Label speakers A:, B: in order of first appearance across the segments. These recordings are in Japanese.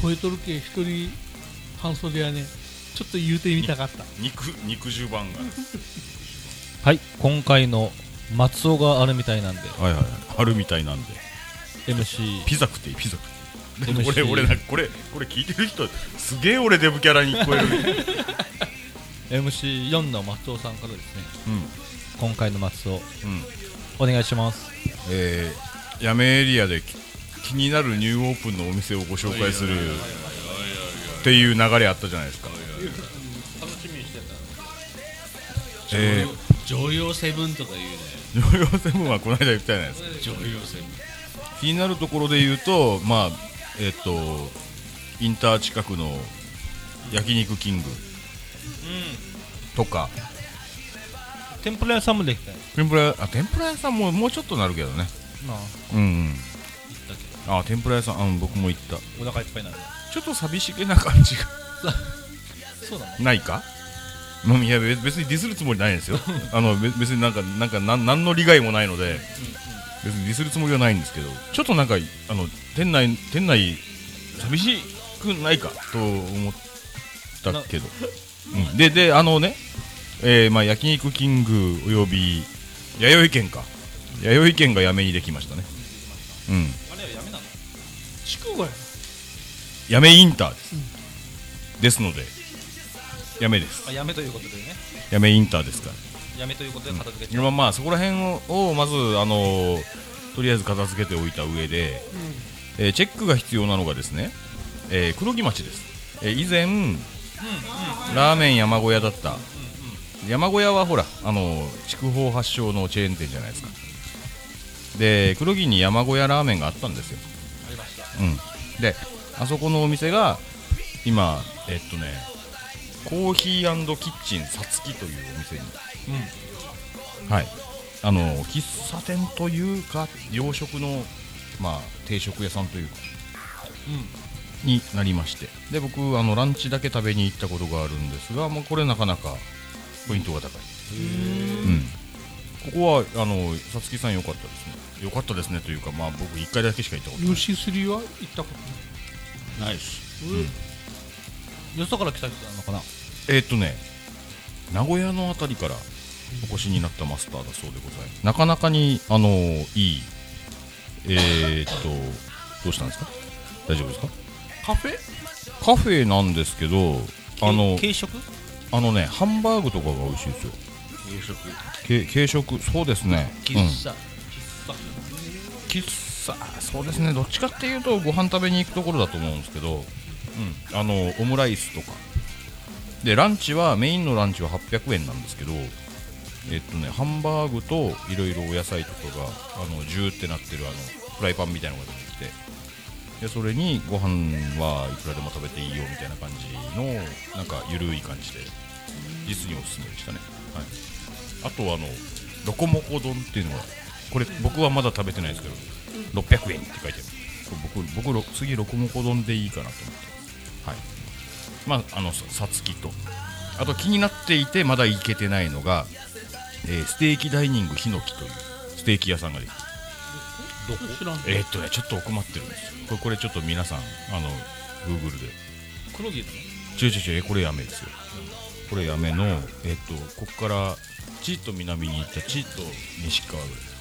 A: 超えとるけ一人半袖やねちょっと言うてみたかった
B: 肉肉汁版がです
C: はい今回の松尾があるみたいなんで
B: はいはいはいあるみたいなんで
C: MC
B: ピザ食っていいピザ食っていい
C: MC
B: 俺俺なんかこれこれ聞いてる人すげえ俺デブキャラに聞こえる
C: MC4 の松尾さんからですね
B: うん
C: 今回の松尾
B: うん
C: お願いします
B: えー、八女エリアでき気になるニューオープンのお店をご紹介するっていう流れあったじゃないですかえ
D: 常用セブンとか言うね
B: ー、女優セブンはこの間言ったじゃないですか
D: 常用セブン
B: 気になるところで言うとまあえっ、とインター近くの焼肉キングとか
C: 天ぷら屋さんもできたよ
B: 天ぷらあ天ぷら屋さんももうちょっとなるけどね
C: なあ
B: うん、うん、あ天ぷら屋さん、うん、僕も行った
C: お腹いっぱいになる
B: ちょっと寂しげな感じが
C: そうだね
B: ないかもういやべ別にディスるつもりないですよあのべ別になんかなんかなん何の利害もないので別にディスるつもりはないんですけどちょっとなんかあの店内店内寂しくないかと思ったけど、うん、でであのね、えーまあ、焼肉キングおよび弥生県か弥生県がやめにできましたねうん
A: 地区が
B: やめインターです、ですのでやめです
C: あやめということでね
B: やめインターですから
C: やめということで片付けて、
B: まあまあそこら辺ををまずあのーとりあえず片付けておいた上で、えーチェックが必要なのがですね、えー黒木町です、えー以前、ラーメン山小屋だった、山小屋はほらあのー筑豊発祥のチェーン店じゃないですかで黒木に山小屋ラーメンがあったんですようん、であそこのお店が今えっとねコーヒーキッチンさつきというお店にはい、あの喫茶店というか洋食の、まあ、定食屋さんというか、になりましてで僕あのランチだけ食べに行ったことがあるんですが、まあ、これなかなかポイントが高い、うん、ここはあのさつきさん良かったですね良かったですねというか、まあ、僕1回だけしか行ったことない
A: 吉3は行ったことない
D: ないし
C: よそから来た人なのかな
B: えーっとね名古屋のあたりからお越しになったマスターだそうでございますなかなかにあのいいえー、っとどうしたんですか大丈夫ですか
A: カフェ
B: カフェなんですけどあの
C: 軽食
B: あのねハンバーグとかが美味しいんですよ
D: 夕食
B: け軽食そうですね
D: 喫
B: うん
D: 茶、
B: 喫茶そうですねどっちかっていうとご飯食べに行くところだと思うんですけど、うん、あのオムライスとかでランチはメインのランチは800円なんですけどえっとねハンバーグといろいろお野菜とかがあのジューってなってるあのフライパンみたいなのが出てきてでそれにご飯はいくらでも食べていいよみたいな感じのなんかゆるい感じで実におすすめでしたね、はい、あとあのロコモコ丼っていうのはこれ僕はまだ食べてないですけど600円って書いてあるこれ僕僕ろ次ロコモコ丼でいいかなと思ってはいまああのささつきとあと気になっていてまだ行けてないのが、えーステーキダイニングヒノキというステーキ屋さんができて
A: どこ知らん
B: えーっとねちょっと困ってるんですよこれこれちょっと皆さんあの Google で
C: 黒木です
B: 違う違う違うこれやめですよこれやめのえっとここからちっと南に行ったちっと西川ぐらい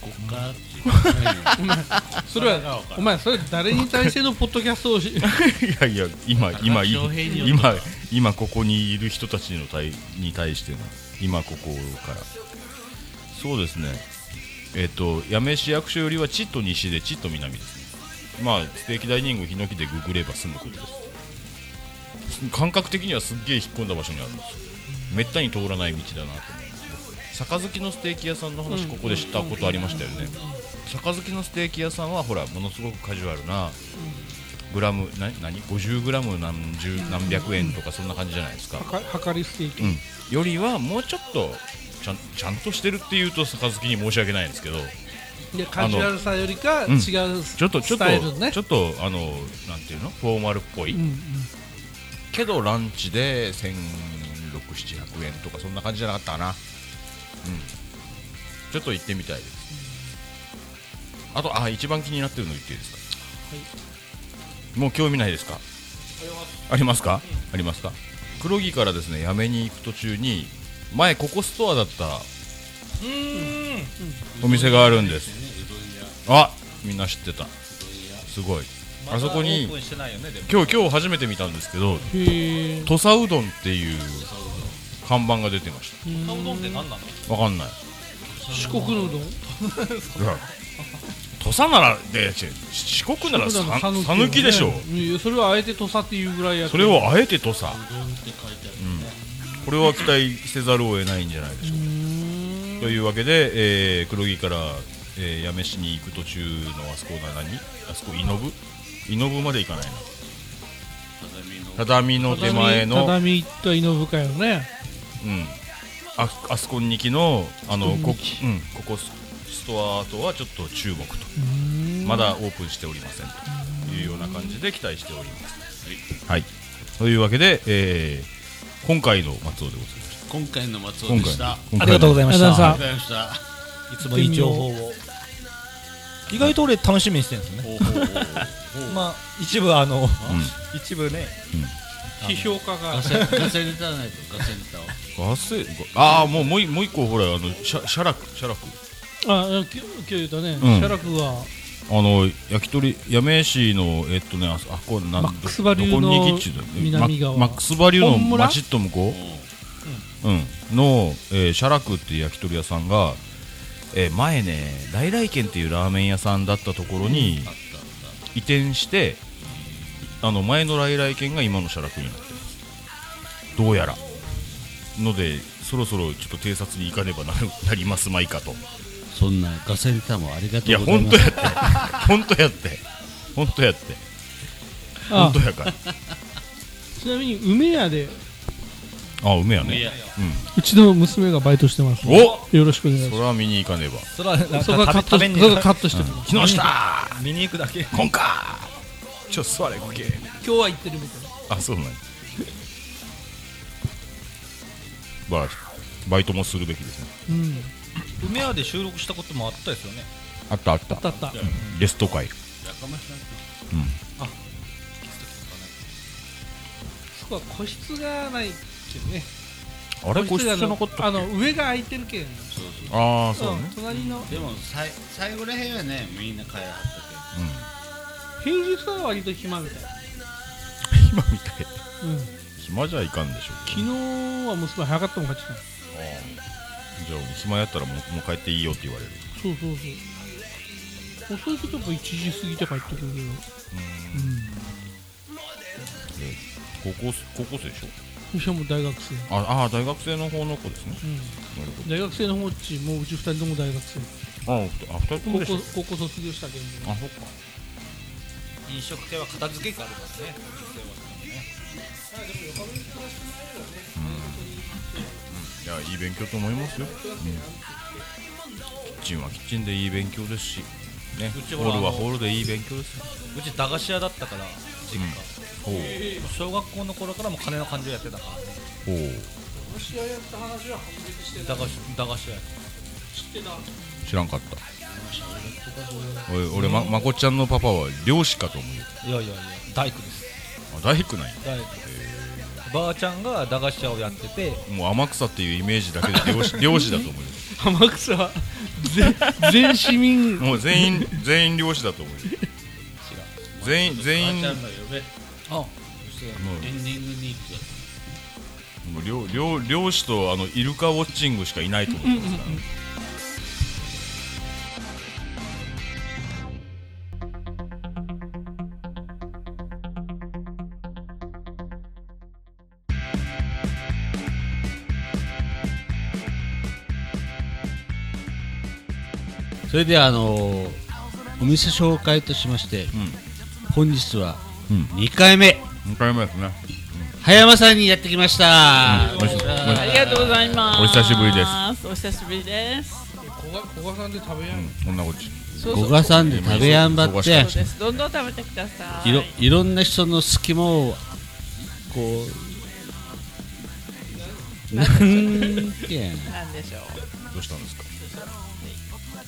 D: こっからっていう
A: それはお前それ誰に対してのポッドキャストをし
B: い やいや今今い
D: 翔平によって
B: 今今ここにいる人たちの対に対しての今ここからそうですねえっ、と八女市役所よりはちっと西でちっと南ですねまあステーキダイニングヒノキでググれば済むことです感覚的にはすっげえ引っ込んだ場所にあるんですよめったに通らない道だなと思います杯のステーキ屋さんの話ここで知ったことありましたよね杯のステーキ屋さんはほらものすごくカジュアルなグラムな何 50g 何十何百円とかそんな感じじゃないですか、
A: はかりステーキ、
B: うん、よりはもうちょっとちゃんちゃんとしてるっていうと杯に申し訳ないんですけど
A: いやカジュアルさよりか
B: うん
A: 違うス
B: ちょっとちょっと、
A: タイルね
B: ちょっとあのなんていうのフォーマルっぽい、
A: うんうん
B: けどランチで1600700円とかそんな感じじゃなかったかな、うん、ちょっと行ってみたいですあとあ一番気になってるの言っていいですか、もう興味ないですかありますかありますか黒木からですねやめに行く途中に前ここストアだったお店があるんですあみんな知ってたすごいあそこに
E: まだオープンしてないよねでも
B: 今日今日初めて見たんですけど
A: へえ
B: 土佐うどんっていう看板が出てまし
E: 豚うどんって何なの
B: たわかんない
A: 四国のうどん
B: 土佐ならで違う四国ならさ
A: 四国の
B: さぬきでしょ
A: いやそれはあえて土佐っていうぐらいや
B: それをあえて土佐これは期待せざるを得ないんじゃないでしょうかというわけで、えー黒木から、えー八女市に行く途中のあそこな何あそこイノブイノブまで行かないな畳の手前の
A: 畳畳と井の深いのね
B: うん、ああそこに行きのあの
A: そこ
B: こ
A: に行,、き
B: うん、ここスストアとはちょっと注目とまだオープンしておりませんというような感じで期待しておりますはい、というわけで、えー今回の松尾でございます
D: 今回の松尾
B: 今
D: で
B: 回
D: した。あ
B: 今回の
C: ありがとうございまし
A: ありがとうござい
C: た
A: ま
D: りがとうございました。
C: いつもいい情報を意外と俺楽しみにしてるんですよね
D: おーおー
C: まあ一部あの、一部ね
A: 批評家が
D: ガセガセネタないとガセネタを。
B: ガセああもうもういもう一個ほらあのシャシャラクシャラク
A: あき今日言ったね、
B: うん
A: シャラクは
B: あの焼き鳥八女市のえっとねあそあこれなん
A: マックスバリューの
B: どこに行きっちゅうの
A: 南側
B: ママックスバリューの
A: 本村
B: 町と向こう、うん、の、えーシャラクっていう焼き鳥屋さんが、えー前ね来来軒っていうラーメン屋さんだったところに移転してあの前の来来軒が今のシャラクになってますどうやらのでそろそろちょっと偵察に行かねばなるなりますまいかと
D: そんなガセネタもありがと
B: いや
D: うござ
B: 本
D: いま
B: 当
D: す
B: やっ。て 本当やって本当やって
A: あ
B: 本当やから
A: ちなみに梅屋で
B: あ、梅やね。
D: や
A: うちの娘がバイトしてます
B: お
A: よろしくお願いし
B: そ
A: ま
B: れは見に行かねば。
C: それは
A: すそこはカット
C: 食べ
A: し
C: ん
A: そ
C: ね
A: こはカットしてます、
B: 木下
C: 見に行くだけ
B: こんかちょ、座れ、こけ。
A: 今日は行ってるみたいな
B: あ、そうなんやバイバイトもするべきですね。
A: うん
E: 梅屋で収録したこともあったですよね
B: あったあった。
A: だった
B: ゲスト会。
A: そこは個室がないけどね
B: あれ、個室じゃなかった
A: あ
B: っけ
A: の上が空いてるけん
B: ああ、そうね。
A: 隣の
D: でもさい最後らへんはねみんな帰らはった
A: 平日は割と暇みたいな、
B: 今みたい。
A: うん、
B: 暇じゃいかんでしょうけ
A: 昨
B: ど。
A: 日は娘早かったもん帰ってきた
B: じゃあ、暇やったらもうもう帰っていいよって言われる。
A: そうそうそう遅い時やっぱ1時過ぎて帰ってくるけど
B: 高校す高校生でしょ
A: うんしかも大学生
B: ああー、大学生の方の子ですね。
A: う
B: なるほ
A: ん大学生の方っちもううち2人とも大学生
B: ど。あー、ふたあ二人とも
A: 高
B: でしょ
A: 校高校卒業したけんね
B: あ、そっか。
E: 飲食系は片付けがあるからね
B: いやいい勉強と思いますよ、キッチンはキッチンでいい勉強ですし、ね、
E: うち
B: ホ
E: ほら
B: ールは
E: あの
B: ホールでいい勉強ですよ
E: うち駄菓子屋だったから実
B: ほう
E: 家、小学校の頃からもう金の感じをやってたからね
B: ほう
E: 駄菓子駄菓子屋
B: 知らんかったおい俺ままこっちゃんのパパは漁師かと思うよ
E: いやいやいや大工です
B: あ大工なんや
E: 大工ばあちゃんが駄菓子屋をやってて
B: もう天草っていうイメージだけで漁師 漁師だと思うよ
A: 天草は全全市民
B: もう全員全員漁師だと思うよ全員全員
D: け。ばあちゃんの嫁
E: あ
D: エンディングに行くよ
B: もう漁漁漁師とあのイルカウォッチングしかいないと思ってますから、
D: それであのーお店紹介としまして、本日は
B: うん
D: 2回目、
B: 2回目ですね
D: 葉山さんにやってきました、
B: おいしおいし
F: ありがとうございます。。
B: お久しぶりです
F: お久しぶりです。
A: 古賀古賀さんで食べやん、
B: こんなこっち
F: そう
D: 小
F: そう。
D: 賀さんで食べやんばっ
F: そ
D: て
F: うです。どんどん食べてください。
D: いろいろんな人の隙間をこうなんてやん
F: なんでしょう。
B: どうしたんですか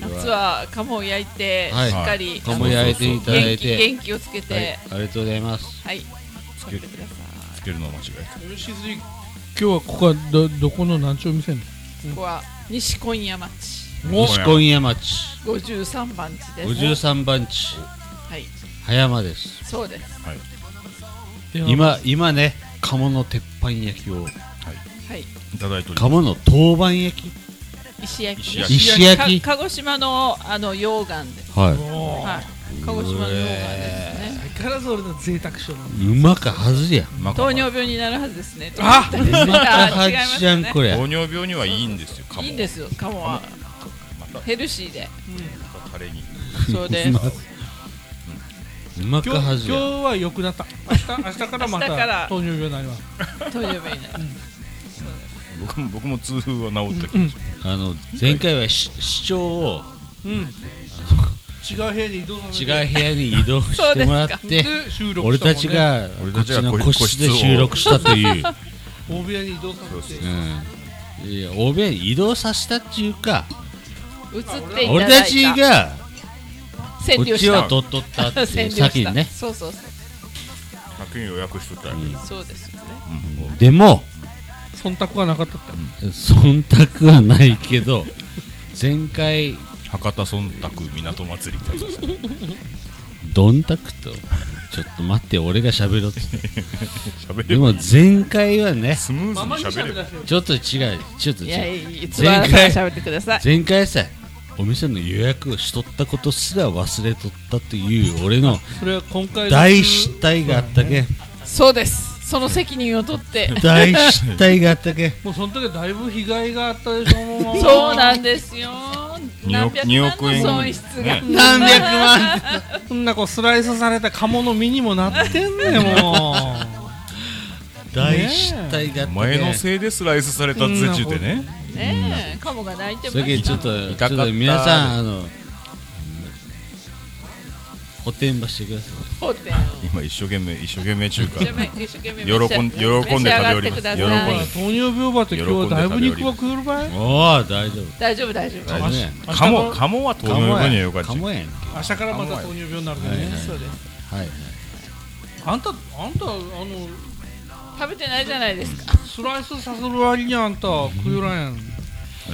F: 夏は鴨を焼いて、
D: はい
F: しっかり
D: 鴨焼いていただい
F: 元気
D: て、
F: 元気をつ
D: は
F: け
D: い
F: て、、
D: ありがとうございます。
F: はい、
B: つ
F: 頑
B: け
F: 張っ
B: る
F: てください。
B: つけるのは間違いない
A: 吉杉今日はここはどどこの何丁見せんの
F: ここは西今夜町
B: お
D: 西今夜町、
F: 53番地です。
D: 53番地、
F: はい、
D: 葉山です。
F: そうです。
D: 今、今ね、鴨の鉄板焼きを、
F: はい、
B: いただいております
D: 鴨の当番焼き
F: 石焼き。
B: 石焼
D: き石焼き
F: か鹿児島のあの溶岩です。
D: はい。
F: はい、鹿児島の溶岩ですね。
A: 相変わらず俺の贅沢賞なの
D: うまかはずや。
B: まあ
F: 糖尿病になるはずですね。
A: あ
F: 違
D: うま
F: い
D: かは
F: ま
D: ずや
F: す
D: ん、
F: ね
D: こ。れ。
B: 糖尿病にはいいんですよ鴨
F: いいんですよ、鴨は
B: また
F: ヘルシ ーで。
B: タレに
F: そうです。
D: うま
A: 今
D: かは
A: 日
D: ず
A: 今
D: や。
A: 日は良くなった明日明日からま
F: 明日から
A: た糖尿病になります
F: 糖 尿病になる。
B: 僕も僕も痛風は治ったけど、
D: あの、前回はし市長を
A: うん違う部屋に移動さ
D: 違
A: せ
D: う
A: て
D: 部屋に移動してもらって、
A: で収録
D: 俺
A: したもんね
D: たちが
B: 俺
D: こった
B: ち
D: ち
B: が
D: の
B: こ
D: 個室で収録したという。
A: 大部屋に移動させて
D: うんいや欧米に移動させたっていうか
F: 移っていた
D: 俺
F: だ
D: た
F: い
D: ち
F: た。
D: がこ
F: 占
D: っ
F: 領
D: ち
F: し
D: を
F: た。
D: 取っとったってい
F: 占領
D: う
F: した。
D: 先にね
F: そうそうそう。
B: 先に予約しとったら、
F: そうですよね。
D: でも
A: 忖度がなかったって
D: 忖度はないけど前回
B: 博多忖度港祭りってやつですね
D: どんたくとちょっと待って俺が喋ろうって
B: 喋
D: で
B: れば
D: も前回はね
B: スム
A: ま
B: ー
A: ま
B: ズ
A: に
B: に
A: 喋
B: 喋れば
A: らせよ
D: ちょっと違うちょっと
F: いや
D: 違う
F: いや、つばらさんが喋ってください。
D: 前回さお店の予約をしとったことすら忘れとったという俺の
A: それは今回の
D: 大失態があったけん
F: そうです。その責任を取って。
D: 大失態があったけん
A: もうその時はだいぶ被害があったでしょも
F: そうなんですよ。
B: 2
F: 何
B: 億
F: 百
B: 2億
F: 万
B: 円
F: の損失が。
D: 何百万
A: そんなこうスライスされた鴨の身にもなってんねんも
D: 大失態があったけん
B: 前のせいでスライスされたぜちゅうてね
F: ねえ、カモが泣いてま
D: それけ
F: し
D: ちょ
F: た
D: っ。とちょ
B: 痛か
D: っ
B: った
D: と皆さんあのおてんばしてください
F: ホテル
B: 今一生懸命一生懸ん中華
F: 一生懸命
B: 喜ん喜んで食べおります
F: 召し上がってください
B: 喜んで
A: う糖尿病バって今日はだいぶ肉は食えるばい
D: おお大丈夫
F: 大丈夫大丈夫。
B: 大丈
D: ね
B: 夫カモカモは糖尿病にはよかった
D: かもやん
A: 明日からまた糖尿病になるけどね
F: そうです。
D: はい
A: あんたあんたあの
F: 食べてないじゃないですか。
A: スライスさせる割にあんた食うらんやん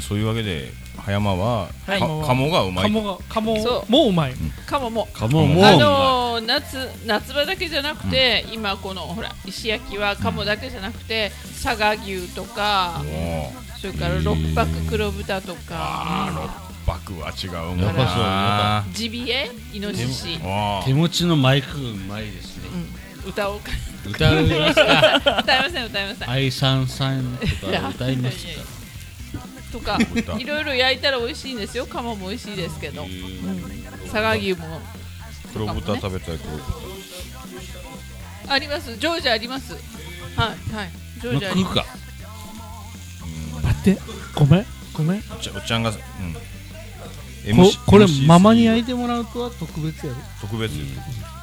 B: そういうわけで葉山は
A: はい
B: か鴨がうまい
A: 鴨が鴨
F: そう
A: もうまい
F: カモも。
D: かももう
F: あのー夏夏場だけじゃなくて、今このほら石焼きは鴨だけじゃなくて佐賀牛とか、
B: も
F: それから六白黒豚とか、
B: うバクは違うもん
D: やっぱそうや
B: な
F: ジビエイノシシ
B: あ
D: 手持ちのマイクうまいですね
F: 歌おうか
D: 歌いますか
F: 歌いません歌いません
D: 愛さんさんとか歌い ますか
F: いやいやいやとか
B: 歌
F: いろいろ焼いたら美味しいんですよ鴨も美味しいですけど佐賀牛も
B: 黒豚食べたい黒豚
F: ありますジョージありますはいはいジョージあり
D: 食う
F: ます
D: か
A: 待ってごめんごめん
B: おっちゃんおっちゃんがうん
A: こ
B: MC
A: これ
B: MC
A: ママに焼いてもらうとは特別やろ
B: 特別よ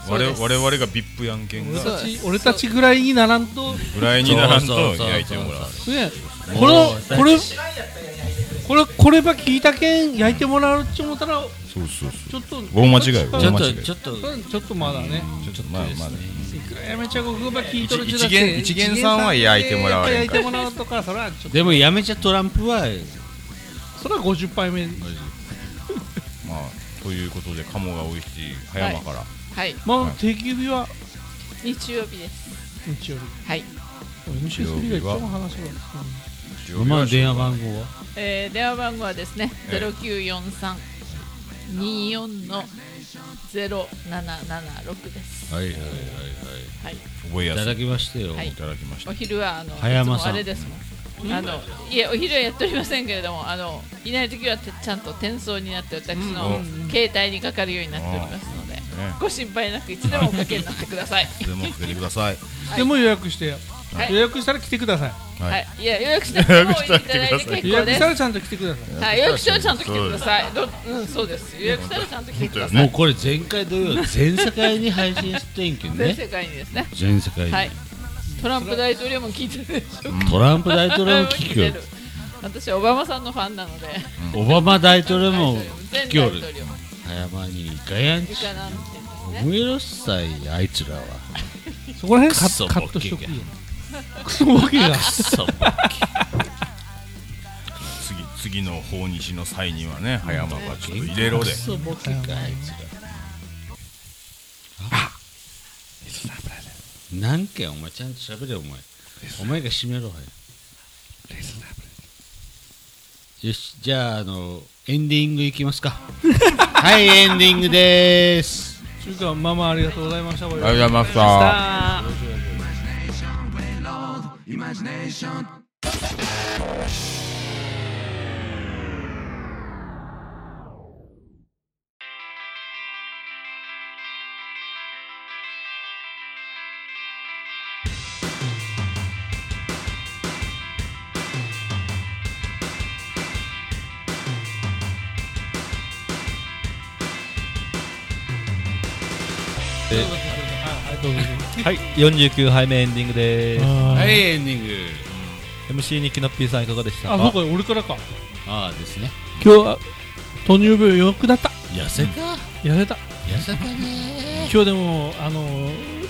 F: そう
B: 我
F: で
B: 々
F: す
B: 我々が VIP 案件
A: 俺
B: が
A: た
F: そうで
A: ち
F: す
A: 俺たちぐらいにならんと
B: ぐらいにならんと
D: そうそうそうそう
B: 焼いてもらう
A: ね
D: もう
A: この
D: 私
A: これこれこれば聞いたけん焼いてもらうって思ったら
B: そうそうそう
A: ちょっと
B: 大間違いよ
A: こ
D: ち
A: れ
D: ょ
A: は
D: っ
B: 大間違
D: と
B: い
D: ちょっと
A: うんちょっとまだね
B: ちょっとまあまあね
A: いくらやめちゃごくば聞いとる
B: 一
A: ちだけ
B: 一元一元さんは焼いてもらわへ
A: 焼
B: ん
A: い
B: から
A: てもらうとかそれはちょっ
D: でもやめちゃトランプは
A: とそれは50杯目
B: まあということで鴨が美味しい葉山から
F: はい
A: まあ定休日は
F: 日曜日です
A: 日曜日
F: はい、
A: 俺 MC3 が一番話が
D: お前の電話番号は
F: えー、電話番号はですね
B: ええ
F: 0943 24の0776です。
D: はいはいはい
F: はい。
B: 覚え
D: い
B: や
D: た
B: すい
D: だきましてよ
F: はい
B: いただきました
F: お昼はあの
D: 葉山さん
F: いつもあれですもん。あのいえお昼はやっておりませんけれども、あのいない時はてちゃんと転送になって私の携帯にかかるようになっておりますので、ご心配なくいつでもおかけになってください。
B: いつでもかけてください
A: でも予約してよ
F: はい
A: 予約したら来てください
B: は
F: はいい。いや予約しなくてもいただいて結
A: 予
F: 構
A: 約
F: で
A: し
F: す
A: た。らちゃんと来てください
F: はい、予約したらちゃんと来てください。どうんそうです。予約したらちゃんと来てくださ
D: もう
F: い。
D: これ前回土 曜全世界に配信してんけん
F: 全
D: ね
F: 世界にですね。
D: 全世界に
F: はい。トランプ大統領も聞いてるでしょう か。
D: トランプ大統領も聞くよ
F: 聞いてる 私はオバマさんのファンなので
D: オバマ大統領も
F: 全
D: 今
F: 大
D: 日
F: 統領
D: 早間にガヤンチ
F: 床なんてですね
D: 思い出したいあいつらは
A: そこら辺カ
D: クソ
A: ッカットしとく
D: ボ
A: よ
D: ケ
A: クソボケが
D: そう
B: 次次の訪日の際にはね葉山がちょっと入れろで
D: クソボケかあいつら何件お前ちゃんと喋れお前お前が締めろはよしじゃああのエンディングいきますかはいエンディングでーす
A: 中華ママありがとうございましたあり
B: ありがとうございました
F: あー
C: はい49杯目エンディングでー
D: はいエンディング
C: す MC にきなっぴーさんいかがでした
A: あそうか俺からか
D: ああですね
A: 今日は糖尿病弱くなった
D: 痩せた、
A: やれた
D: 痩せたね
A: 今日でもあの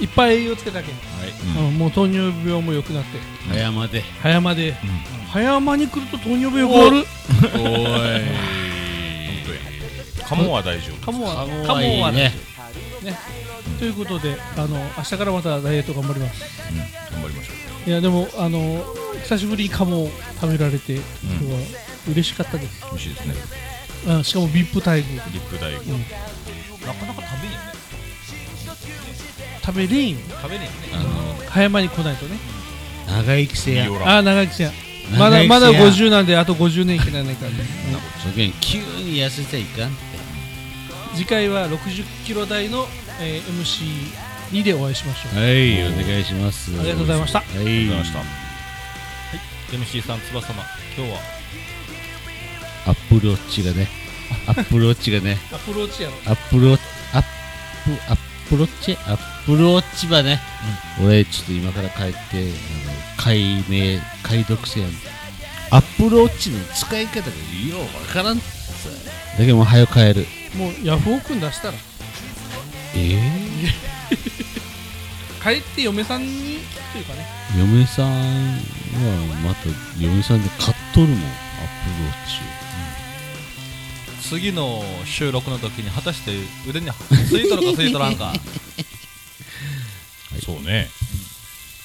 A: いっぱい栄養つけたけん、
D: はい
A: うんもう糖尿病も良くなって
D: 早まで
A: 早間で、早間に来ると糖尿病よくなる
D: おい
B: カモは大丈
A: かもは
D: かもいいね
A: ということであの明日からまたダイエット頑張ります
B: 夫頑張りましょ
A: いやでもあの久しぶりにカモを食べられて、今日は嬉しかったです
B: う美味しいですね
A: うんしかもビップ待遇
B: リップ大根
E: なかなか食べんよね
A: 食べれんよ
E: 食べれんよね
D: あの
A: 早間に来ないとね
D: 長生きせや
B: ビオラ
A: ああー長生きせんまだまだ
D: 長生きせや
A: 50なんであと50年いけないからね、
D: そげん急に痩せちゃいかん
A: 次回は60キロ台の、えー MC2 でお会いしましょう
D: はいお願いします
A: ありがとうございました
D: はい
B: ありがとうございまし
C: MC
B: た
C: さん翼様今日は
D: アップルウォッチが ねアップルウォッチがね
A: アプローチやろ
D: アップルウォッチアップアップルウォッチアップルウォッチはね、俺ちょっと今から帰ってあの解明解読せやんアップルウォッチの使い方がようわからんってさだけどもう早く帰る
A: もうヤフオクン出したら
D: ええ
A: 帰って嫁さんにというかね
D: 嫁さんはまた嫁さんで買っとるもんアップルウォッチ
E: 次の収録の時に果たして腕についとるかついとらんか
B: そうね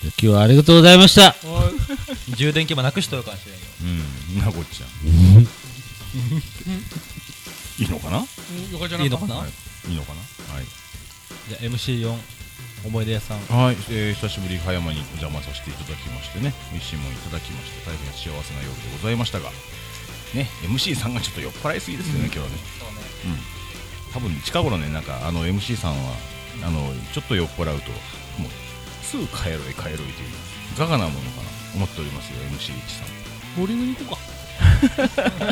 D: 今日はありがとうございました
E: 充電器もなくしとるかもしれんよ
B: うんなこっちゃ んいいのかな
A: うんよかじゃ
E: い
A: ないか
E: のかな、
B: いいのかなはい
E: じゃあ MC4 思い出屋さん
B: はい、えー久しぶり葉山にお邪魔させていただきましてね美味しいもんいただきまして大変幸せな夜でございましたがね MC さんがちょっと酔っ払いすぎですよね、今日はねうん、多分近頃ねなんかあの MC さんはあのちょっと酔っ払うともうすぐ帰ろい帰ろいというガガなものかな思っておりますよ MC さん
A: ボーリングに行こうか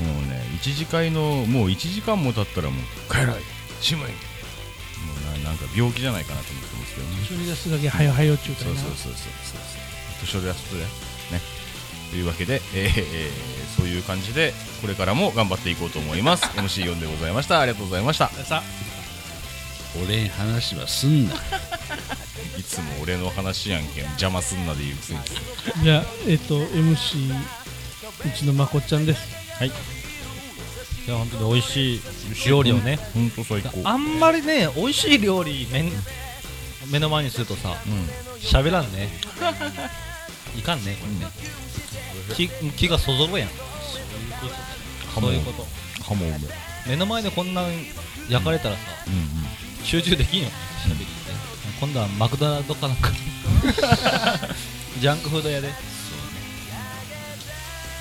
B: もうね一次会のもう1時間も経ったらもう帰らいしまいもうななんか病気じゃないかなと思ってますけどね
A: 一緒に出すだけはよはよっちゅうた
B: そ
A: いうな
B: そうそうそうそう年寄りはそれねというわけで、えーえーそういう感じでこれからも頑張っていこうと思います MC4 でございましたありがとうございました
D: 俺に話はすんない
B: つも俺の話やんけん邪魔すんなで言うくせに
A: じゃあえっ、と MC うちのまこっちゃんです
E: いや本当に美味しい料理をね、
B: ほんと最高
E: あんまりね美味しい料理目ん目の前にするとさ
B: う
E: 喋らんねいかんねこれね、気気がそぞろやん
B: ん
E: そういうこと
B: とハモも
E: 目の前でこんなん焼かれたらさ、
B: うんうん
E: 集中できんよ喋りにね今度はマクドナルドかなんか ジャンクフード屋で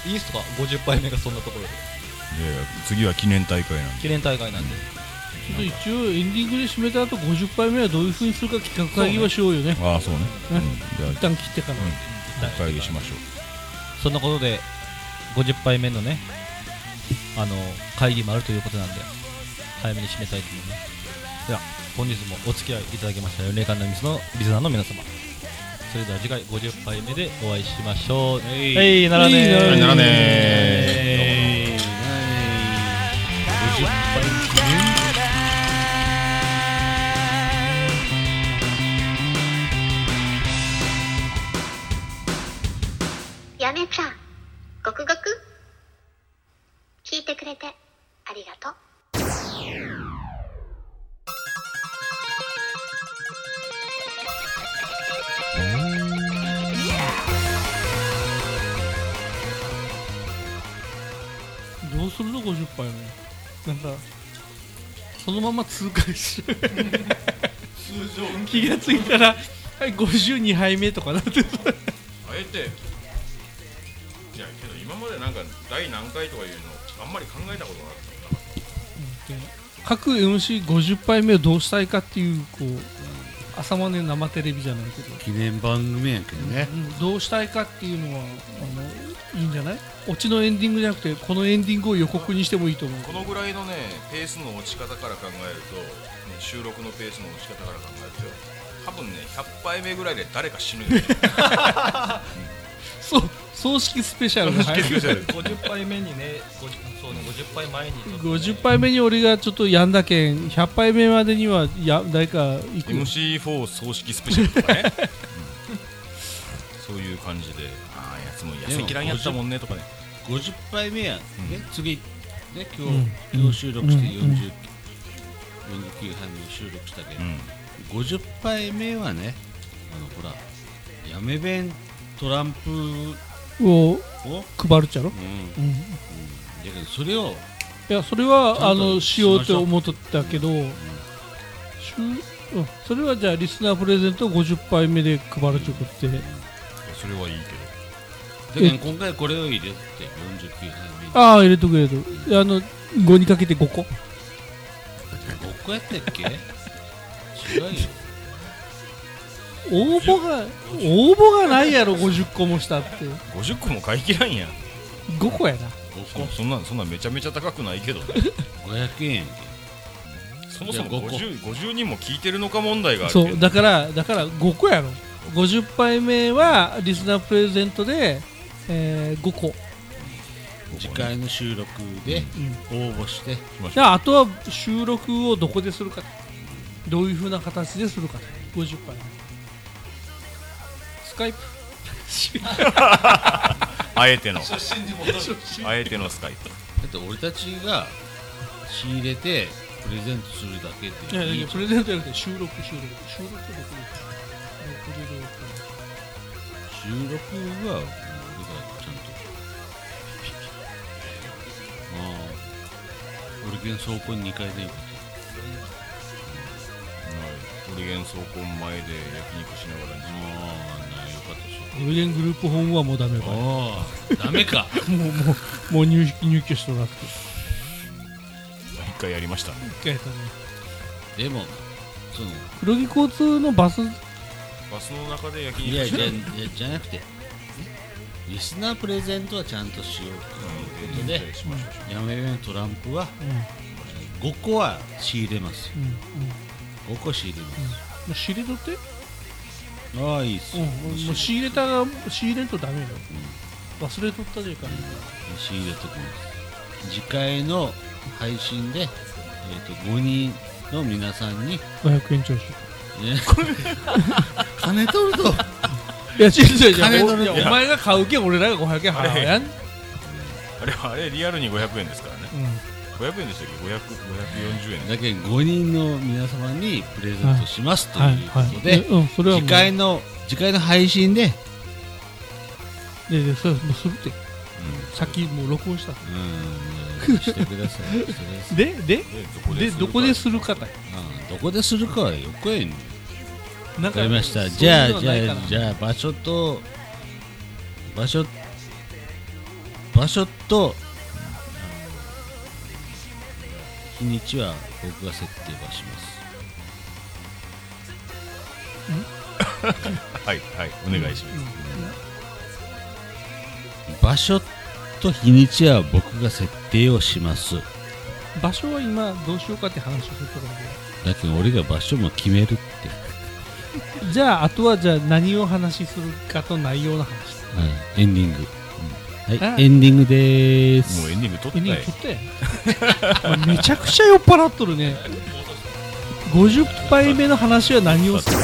E: インスとか50杯目がそんなところで
B: いやいや次は記念大会なんで
E: 記念大会なんで
A: ちょっと一応エンディングで締めた後50杯目はどういうふうにするか企画会議はしようよね
B: ああそうね、うん、じゃ
A: 一旦切ってから、
B: あ会議しましょう
E: そんなことで50杯目のねあの会議もあるということなんで早めに締めたいと思いますでは本日もお付き合いいただきました4年間のミスのリスナーの皆様それでは次回50杯目でお会いしましょう
C: えい
E: はいならね
A: は
B: さよ
A: い
B: ならね
C: えい
G: やめちゃん、ごくごく聞いてくれてありがとう。
A: どうするの50杯目なんかそのまま通過し通常気がついたらはい52杯目とかなってた
B: あえていやけど今までなんか第何回とかいうのあんまり考えたことなかった
A: 各 MC50 杯目をどうしたいかっていうこう朝まで生テレビじゃないけど、
D: 記念番組やけどね
A: うんどうしたいかっていうのはあのいいんじゃないオチのエンディングじゃなくてこのエンディングを予告にしてもいいと思う
B: このぐらいのねペースの落ち方から考えると、ね、収録のペースの落ち方から考えると多分ね100杯目ぐらいで誰か死ぬよ
A: そう葬式スペシャル の配信
E: 50杯目にね50そうね50杯前にちょっとね
A: 50杯目に俺がちょっとやんだけん100杯目までにはや誰か行く
B: MC4 葬式スペシャルとかね、うんそういう感じでああやつも痩せきらんやったもんねとかね
D: 50杯目や、ね
B: う
D: 次ね今日、今日収録して40、49杯目を収録したけど、
B: うん
D: 50杯目はねあのほらやめ弁トランプ
A: を
D: を、
A: 配るっちゃろ、
D: うん、
A: うん、い
D: だけどそれを
A: やそれはあ
D: ちゃん
A: の
D: と
A: し
D: し
A: よう
D: ま
A: っ
D: してょう
A: 思っとったけど、しゅうんそれはじゃあリスナープレゼントを50杯目で配るということで
B: それはいいけど
D: だけど今回これを入れて49杯目に
A: ああ入れとく入れとくあの5にかけて5個
D: 5個やったっけ違うよ
A: 応募が応募がないや ろ50個もしたって
B: 50個も買い切らんやん
A: 5個やな
D: 5
B: そそんなそんなめちゃめちゃ高くないけどね
D: 個500円やんけ
B: そもそ
D: いや
B: も
D: 五個
B: 50, 50人も聞いてるのか問題があるけど
A: そうだからだから5個やろ50杯目はリスナープレゼントで、えー、5個
D: 次回の収録で応募して、
A: じゃああとは収録をどこでするかどういうふうな形でするか50杯スカイプ
B: あえてのあえてのスカイプ
D: だって俺たちが仕入れてプレゼントするだけ
A: いや
D: で
A: い
D: い
A: や
D: い
A: プレゼントやなくて収録収録収録で
D: 収録は俺がちゃんとまあ俺現倉庫に2階でよ
B: はいトリゲン走行前で焼肉しながらに
D: ああなよかったし
A: ゴールデングループホームはもうダメかも
D: ああダメか
A: うもうもう入入居してもらって
B: 一回やりましたね
A: 一回やったね
D: でもその
A: 黒木交通のバス
B: バスの中で焼
D: い
B: 肉
D: やじ
B: し
D: ゃ
B: な
D: じゃじゃなくてリスナープレゼントはちゃんとしようということで
B: しましょう
D: やめめのトランプは5個は仕入れます
A: うんうん
D: 5個仕入れます
A: もう仕入れとって
D: ああいいっす
A: うんもう仕入れたが仕入れんとダメよ、忘れとったじゃいかん
D: 仕入れときます次回の配信で、えー、と5人の皆さんに、ね、
A: 500円徴収
D: 金取ると
A: いや違う違う
D: 金
A: 違う
D: 取る
A: おいやお前が買うけん俺らが500円払うやん、うん、
B: あれはあれリアルに500円ですからね500円でしたっけ500 540円
D: だけど5人の皆様にプレゼントしますと
A: はい
D: いうこ
A: は
D: と
A: い
D: で、
A: でうんそれはもう
D: 次回の次回の配信で、
A: いやいやそれはもうするって、さっきもう録音した
D: うん、してくださいしてください
A: でで
B: で
A: でどこでするかだ
D: うんどこでするかはよくえんわ
A: なん
D: かりました
A: そう
D: じゃ
A: い
D: あ
A: うのは
D: じゃ
A: ないかな
D: あじゃあ場所と場所場所とあの日にちは僕が設定はします
B: はいはいお願いします
D: 場所と日にちは僕が設定をします
A: 場所は今どうしようかって話をするところ
D: だけど俺が場所も決めるって
A: でじゃああとはじゃあ何を話しするかと内容の話
D: い、エンディング、
A: あ
D: はいエンディングでーす
B: もうエンディング撮っ
A: え
B: た
A: ね
B: よ
A: え取 ったやんお前めちゃくちゃ酔っ払っとるね50杯目の話は何をする